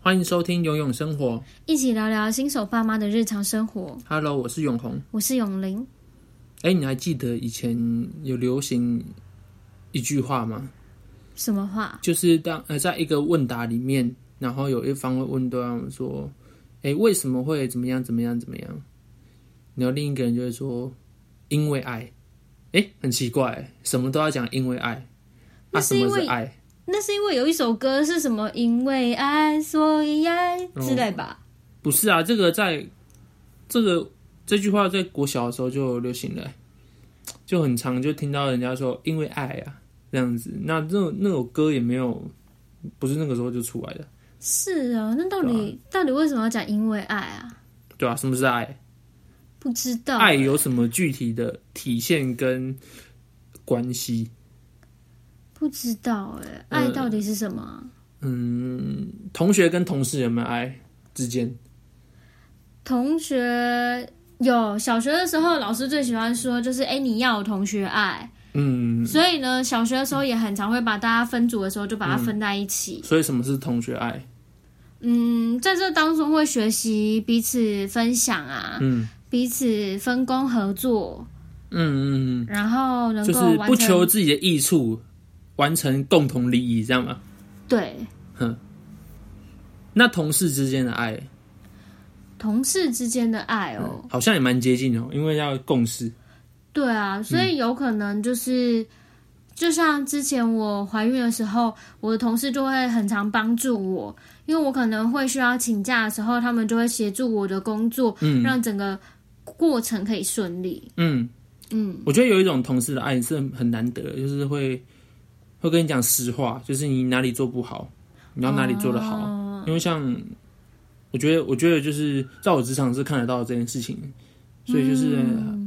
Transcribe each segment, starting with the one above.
欢迎收听《游泳生活》。一起聊聊新手爸妈的日常生活。 Hello，我是永红。我是永玲，哎，你还记得以前有流行一句话吗？什么话？就是当呃，在一个问答里面，然后有一方会问对方说：“哎，为什么会怎么样怎么样怎么样？”然后另一个人就会说：“因为爱。”哎，很奇怪，什么都要讲因为爱。那啊，是什么因为是爱？那是因为有一首歌是什么？因为爱，所以爱哦之类吧？不是啊，这个在这个这句话在国小的时候就流行了、就很常就听到人家说因为爱啊这样子。那这种那首歌也没有，不是那个时候就出来的，是哦，那到啊底、到底为什么要讲因为爱啊？对啊，什么是爱？不知道。爱有什么具体的体现跟关系？不知道哎、呃爱到底是什么啊？嗯，同学跟同事有没有爱之间？同学有小学的时候，老师最喜欢说就是哎、你要有同学爱，嗯，所以呢，小学的时候也很常会把大家分组的时候就把嗯它分在一起。所以什么是同学爱？嗯，在这当中会学习彼此分享啊，嗯彼此分工合作，嗯嗯然后能嗯，就够是完不成求自己的益处，完成共同利益，这样吗？对那同事之间的爱同事之间的爱哦。好像也蛮接近哦，因为要共事。对啊，所以有可能就是，就像之前我怀孕的时候，我的同事就会很常帮助我，因为我可能会需要请假的时候，他们就会协助我的工作，嗯，让整个过程可以顺利。嗯嗯，我觉得有一种同事的爱是很难得的，就是会会跟你讲实话，就是你哪里做不好，你要哪里做得好。因为像我觉得，我觉得就是在我职场是看得到这件事情，所以就是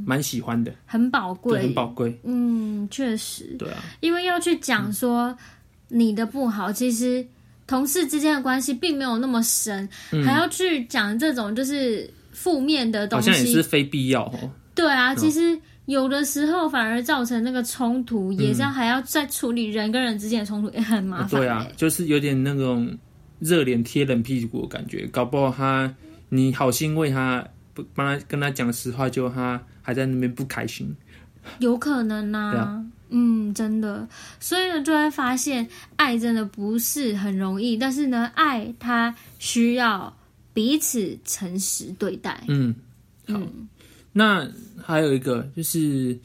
蛮喜欢的，很宝对，很贵，宝贵。嗯，确实，对啊，因为要去讲说你的不好，其实同事之间的关系并没有那么深，嗯还要去讲这种就是负面的好东西，像也是非必要哦。对啊，其实有的时候反而造成那个冲突，也是要还要再处理人跟人之间的冲突，也很麻烦、对欸嗯啊，，就是有点那种热脸贴冷屁股的感觉，搞不好他你好心为他不帮他跟他讲实话，就他还在那边不开心。有可能呐、对啊嗯，真的，所以呢，就会发现爱真的不是很容易，但是呢，爱它需要彼此诚实对待。嗯，好。那还有一个就是，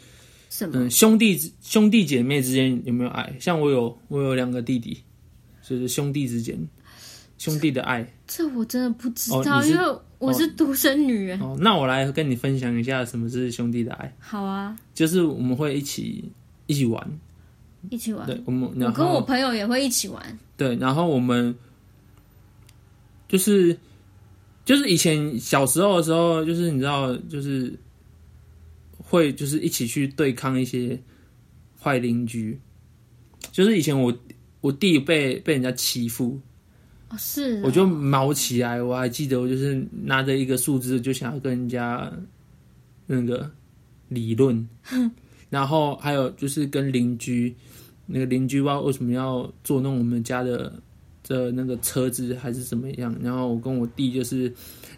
什么？嗯，兄弟之兄弟姐妹之间有没有爱？像我有我有两个弟弟，就是兄弟之间兄弟的爱。这我真的不知哦道，你是因为我是独生女人。哦，那我来跟你分享一下什么是兄弟的爱，好啊，就是我们会一起一起玩，一起玩。对，我们然我跟后我朋友也会一起玩。对，然后我们就是就是以前小时候的时候，就是你知道，就是会就是一起去对抗一些坏邻居。就是以前我我弟被被人家欺负，哦，是哦我就毛起来。我还记得，我就是拿着一个树枝，就想要跟人家那个理论。然后还有就是跟邻居，那个邻居不知道为什么要捉弄我们家的的那个车子还是怎么样。然后我跟我弟就是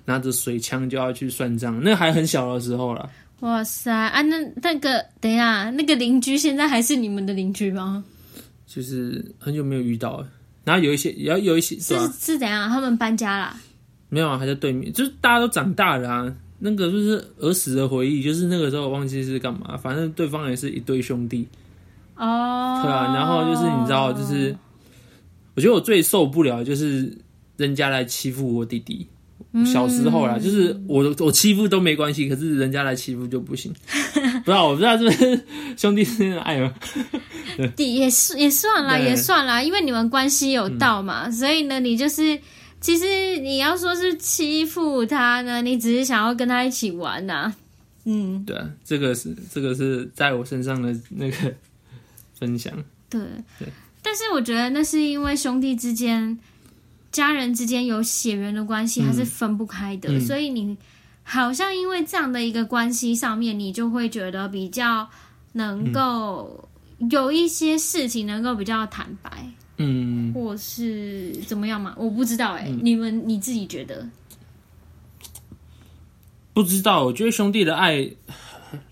拿着水枪就要去算账，那还很小的时候啦。哇塞啊，那那个等一下，那个邻居现在还是你们的邻居吗？就是很久没有遇到了。然后有一些，也要有一些，是对啊是怎样？他们搬家啦？没有啊，还在对面，就是大家都长大了啊。那个就是儿时的回忆，就是那个时候我忘记是干嘛，反正对方也是一对兄弟，哦，对啊。然后就是你知道，就是我觉得我最受不了的就是人家来欺负我弟弟。嗯小时候啦，就是我我欺负都没关系，可是人家来欺负就不行。不知道我不知道这是兄弟之间的爱吗？弟也是也算啦，对嗯也算啦，因为你们关系有到嘛，所以呢，你就是其实你要说是欺负他呢，你只是想要跟他一起玩呐、嗯，对啊，这个是这个是在我身上的那个分享。对。对但是我觉得那是因为兄弟之间、家人之间有血缘的关系，它是分不开的，嗯所以你好像因为这样的一个关系上面，你就会觉得比较能够有一些事情能够比较坦白。嗯，或是怎么样嘛？我不知道哎、你们你自己觉得？不知道，我觉得兄弟的爱，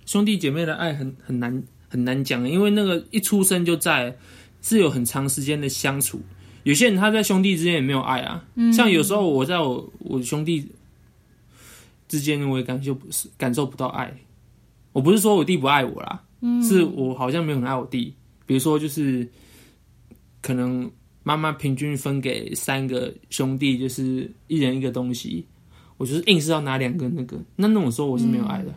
兄弟姐妹的爱很很难很难讲，因为那个一出生就在，是有很长时间的相处。有些人他在兄弟之间也没有爱啊，像有时候我在我我兄弟之间，我也感受不是感受不到爱。我不是说我弟不爱我啦，是我好像没有很爱我弟。比如说，就是可能妈妈平均分给三个兄弟，就是一人一个东西，我就是硬是要拿两个那个，那那种时候我是没有爱的。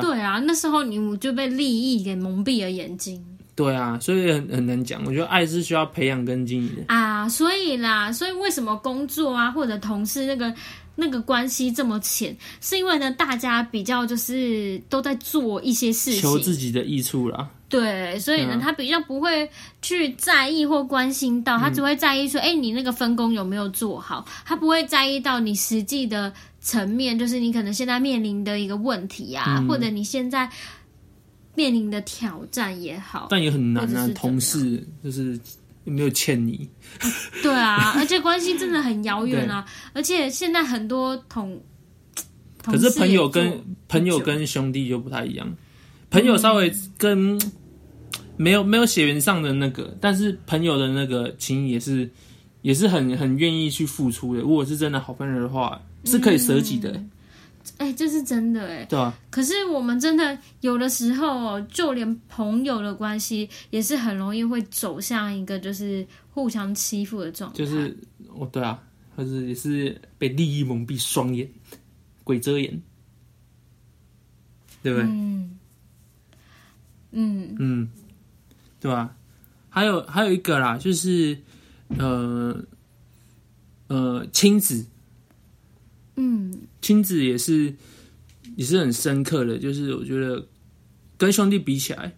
啊对啊，那时候你我就被利益给蒙蔽了眼睛对啊，所以很很难讲。我觉得爱是需要培养跟经营的。啊，所以啦，所以为什么工作啊或者同事那个那个关系这么浅，是因为呢大家比较就是都在做一些事求情，自己的啊益处啦，对，所以呢，他比较不会去在意或关心嗯到，他只会在意说，哎、你那个分工有没有做好？他不会在意到你实际的层面，就是你可能现在面临的一个问题啊，嗯或者你现在面临的挑战也好，但也很难或哦者是啊怎么。样同事就是有没有欠你，对啊，而且关系真的很遥远 啊，而且现在很多同，同可是事朋也友做跟朋友跟兄弟就不太一样，朋友稍微嗯跟、没有没有血缘上的那个，但是朋友的那个情谊也是也是很很愿意去付出的。如果是真的好朋友的话，是可以舍己的、哎、这是真的哎、对吧、可是我们真的有的时候哦，就连朋友的关系也是很容易会走向一个就是互相欺负的状态。就是哦，对啊，就是也是被利益蒙蔽双眼，鬼遮眼，对不对？嗯嗯，嗯，对吧、还有还有一个啦，就是呃呃亲子，嗯，亲子也是也是很深刻的，就是我觉得跟兄弟比起来，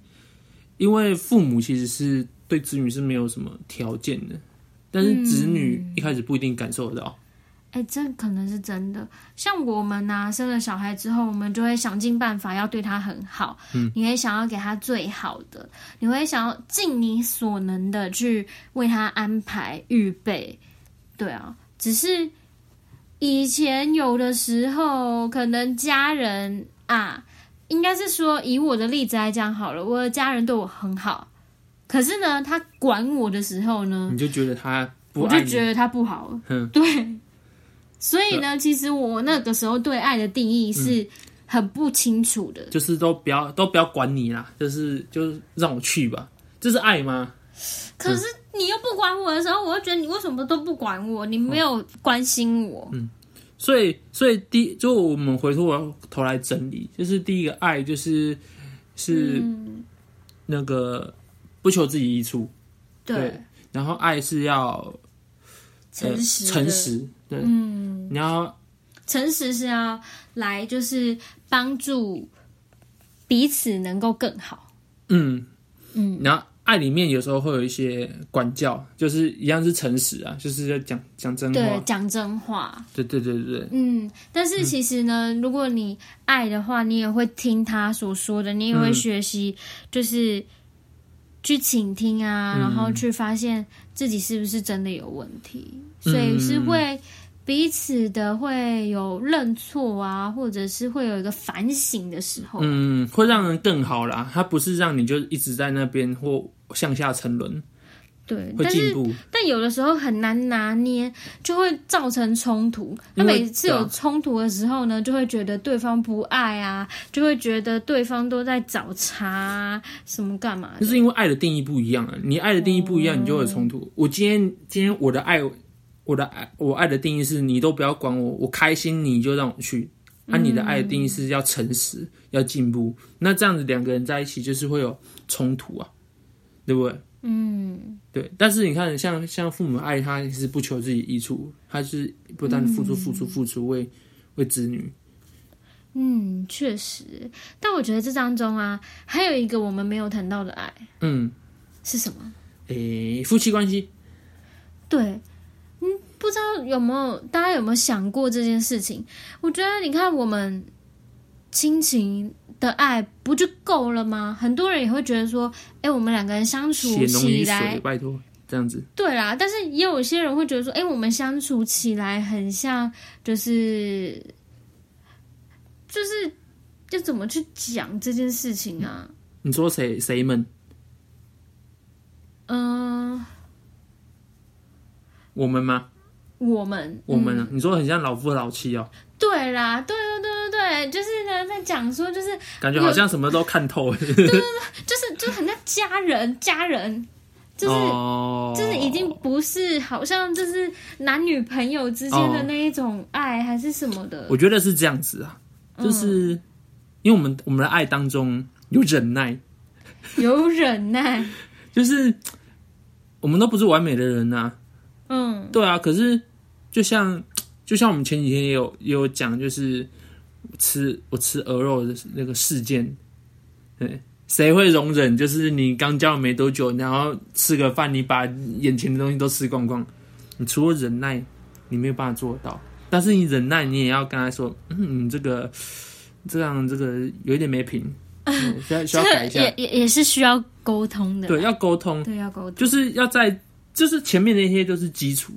因为父母其实是对子女是没有什么条件的，但是子嗯女一开始不一定感受得到，哎、这可能是真的。像我们呢、生了小孩之后，我们就会想尽办法要对他很好，嗯、你会想要给他最好的，你会想要尽你所能的去为他安排预备。对啊，只是以前有的时候，可能家人啊，应该是说以我的例子来讲好了，我的家人对我很好，可是呢，他管我的时候呢，你就觉得他嗯不我爱就你觉，得他不好了。嗯对，所以呢，其实我那个时候对爱的定义是很不清楚的。嗯就是都不要都不要管你啦，就是就是让我去吧，这是爱吗？可是你又不管我的时候，我就觉得你为什么都不管我？你没有关心我。嗯所以，所以第一就我们回过头来整理，就是第一个爱就是是嗯，那个不求自己益处，对对，然后爱是要呃诚实的，诚实，对，嗯，然后诚实是要来就是帮助彼此能够更好。嗯嗯，然后爱里面有时候会有一些管教，就是一样是诚实啊，就是要讲讲真对话，，讲真话。对对对对对，嗯，但是其实呢，如果你爱的话，你也会听他所说的，你也嗯会学习，就是去倾听啊，嗯然后去发现自己是不是真的有问题，嗯所以是会彼此的会有认错啊，或者是会有一个反省的时候。嗯，会让人更好啦，它不是让你就一直在那边或向下沉沦，对，会但进是步，但有的时候很难拿捏，就会造成冲突。那因为啊每次有冲突的时候呢，就会觉得对方不爱啊，就会觉得对方都在找茬、啊，什么干嘛就的？是因为爱的定义不一样啊，你爱的定义不一样，你就会有冲突。我今天今天我的爱，我的爱，我爱的定义是你都不要管我，我开心你就让我去。按、你的爱的定义是要诚实，要进步。那这样子两个人在一起就是会有冲突啊，对不对？嗯，对。但是你看，像像父母爱他是不求自己益处，他是不断地付出、付出、付出为为子女。嗯，确实。但我觉得这当中啊，还有一个我们没有谈到的爱嗯，是什么？诶、夫妻关系，对，嗯，不知道有没有大家有没有想过这件事情？我觉得你看我们亲情的爱不就够了吗？很多人也会觉得说，哎、我们两个人相处血浓于起来水，，拜托。这样子。对啦，但是也有些人会觉得说，哎、我们相处起来很像，就是就是要怎么去讲这件事情啊？你说谁谁们？嗯、我们吗？我们我们、啊你说很像老夫老妻哦、对啦，对对对对对，就是呢，在讲说，就是感觉好像什么都看透。就是就是很像家人， 家人就是。哦，就是已经不是好像就是男女朋友之间哦的那一种爱，还是什么的。我觉得是这样子啊，嗯就是、因为我们我们的爱当中有忍耐，有忍耐，就是我们都不是完美的人呐、啊。嗯对啊，可是就像就像我们前几天也有也有讲，就是吃我吃鹅肉的那个事件，对，谁会容忍？就是你刚交往没多久，然后吃个饭，你把眼前的东西都吃光光，你除了忍耐，你没有办法做得到。但是你忍耐，你也要跟他说，嗯，你这个这样这个有一点没品，嗯需要需要改 一下，也啊也也是需要沟通的。对，要沟通。对，要沟通。就是要在，就是前面那些都是基础，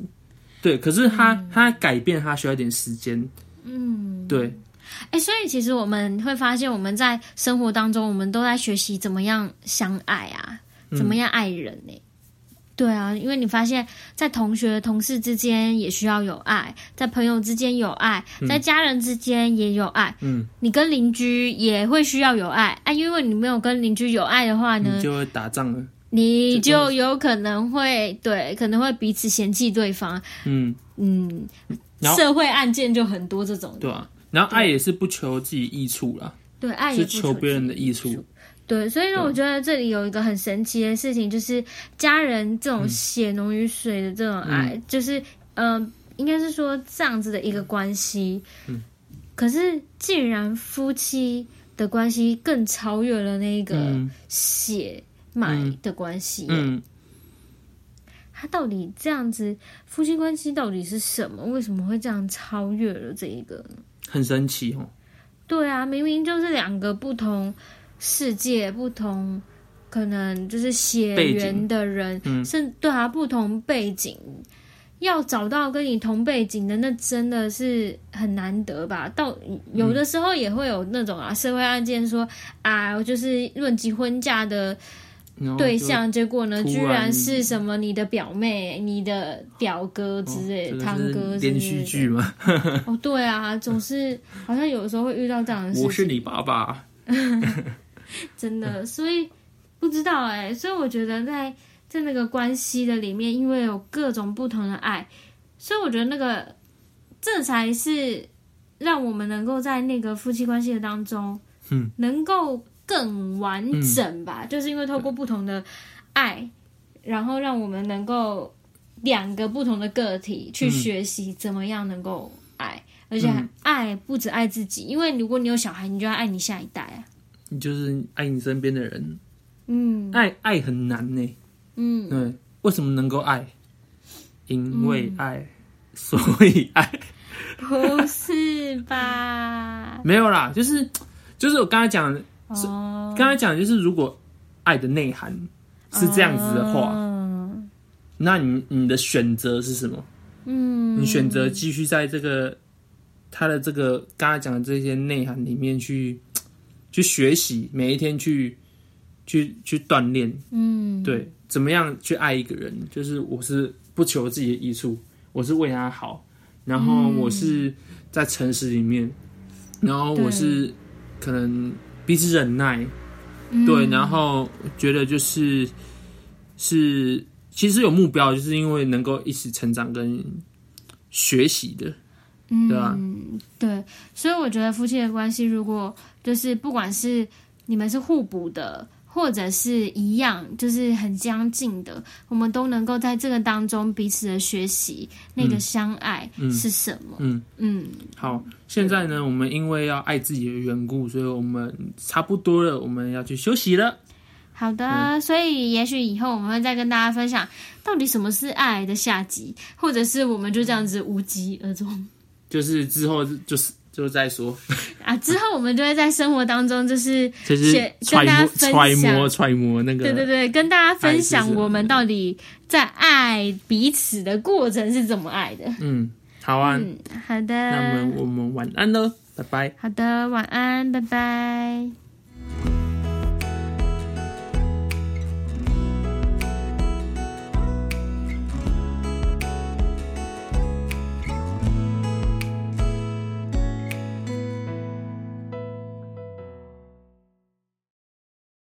对。可是他、嗯他改变他需要一点时间，嗯，对，哎、所以其实我们会发现，我们在生活当中，我们都在学习怎么样相爱啊，怎嗯么样爱人呢、对啊，因为你发现，在同学、同事之间也需要有爱，在朋友之间有爱，在家人之间也有爱。嗯，你跟邻居也会需要有爱啊，因为你没有跟邻居有爱的话呢你，嗯就会打仗了，你就有可能会对，可能会彼此嫌弃对方。嗯，嗯，然后社会案件就很多这种的。对啊。然后爱也是不求自己益处啦，对，爱也是不求别人的益益处。。对，所以呢，我觉得这里有一个很神奇的事情，就是家人这嗯种血浓于水的这种爱，就是嗯、呃，应该是说这样子的一个关系。嗯，可是既然夫妻的关系更超越了那个嗯血脉的关系，嗯，他到底这样子夫妻关系到底是什么？为什么会这样超越了这一个呢？很神奇哦。对啊，明明就是两个不同世界、不同可能就是血缘的人，甚对啊，不同背景，要找到跟你同背景的，那真的是很难得吧？到有的时候也会有那种啊，社会案件说啊，就是论及婚嫁的然后就哦对象，结果呢，突然居然是什么你的表妹、你的表哥之类、这个堂哦是哥之类的连续剧嘛，哦，对啊，总是好像有的时候会遇到这样的事情。我是你爸爸，真的，所以不知道哎、所以我觉得在在那个关系的里面，因为有各种不同的爱，所以我觉得那个这才是让我们能够在那个夫妻关系的当中，嗯，能够更完整吧，就是因为透过不同的爱，然后让我们能够两个不同的个体去学习怎么样能够爱。而且爱不止爱自己，因为如果你有小孩，你就要爱你下一代啊。你就是爱你身边的人，嗯爱爱很难呢。嗯，对，为什么能够爱？因为嗯爱，所以爱。？不是吧没有啦，就是就是我刚才讲，哦，刚才讲就是如果爱的内涵是这样子的话，嗯那你你的选择是什么？嗯，你选择继续在这个他的这个刚才讲的这些内涵里面去去学习，每一天去去去锻炼，嗯，对，怎么样去爱一个人？就是我是不求自己的益处，我是为他好，然后嗯我是在诚实里面，然后我是可能彼此忍耐，嗯对，然后觉得就是是其实有目标，就是因为能够一起成长跟学习的，对啊嗯，对，所以我觉得夫妻的关系，如果就是不管是你们是互补的，或者是一样，就是很相近的，我们都能够在这个当中彼此的学习那个相爱是什么。嗯。嗯好，现在呢，我们因为要爱自己的缘故，所以我们差不多了，我们要去休息了。好的，所以也许以后我们会再跟大家分享到底什么是爱的下集，或者是我们就这样子无疾而终。就是之后就是就再说，啊，之后我们就会在生活当中，就是就是写揣跟大家摩分揣摩享揣摩那个，对对对，跟大家分爱是享什么我们到底在爱彼此的过程是怎么爱的。嗯，好啊，嗯，好那么的，我们晚安喽，拜拜。好的，晚安，拜拜。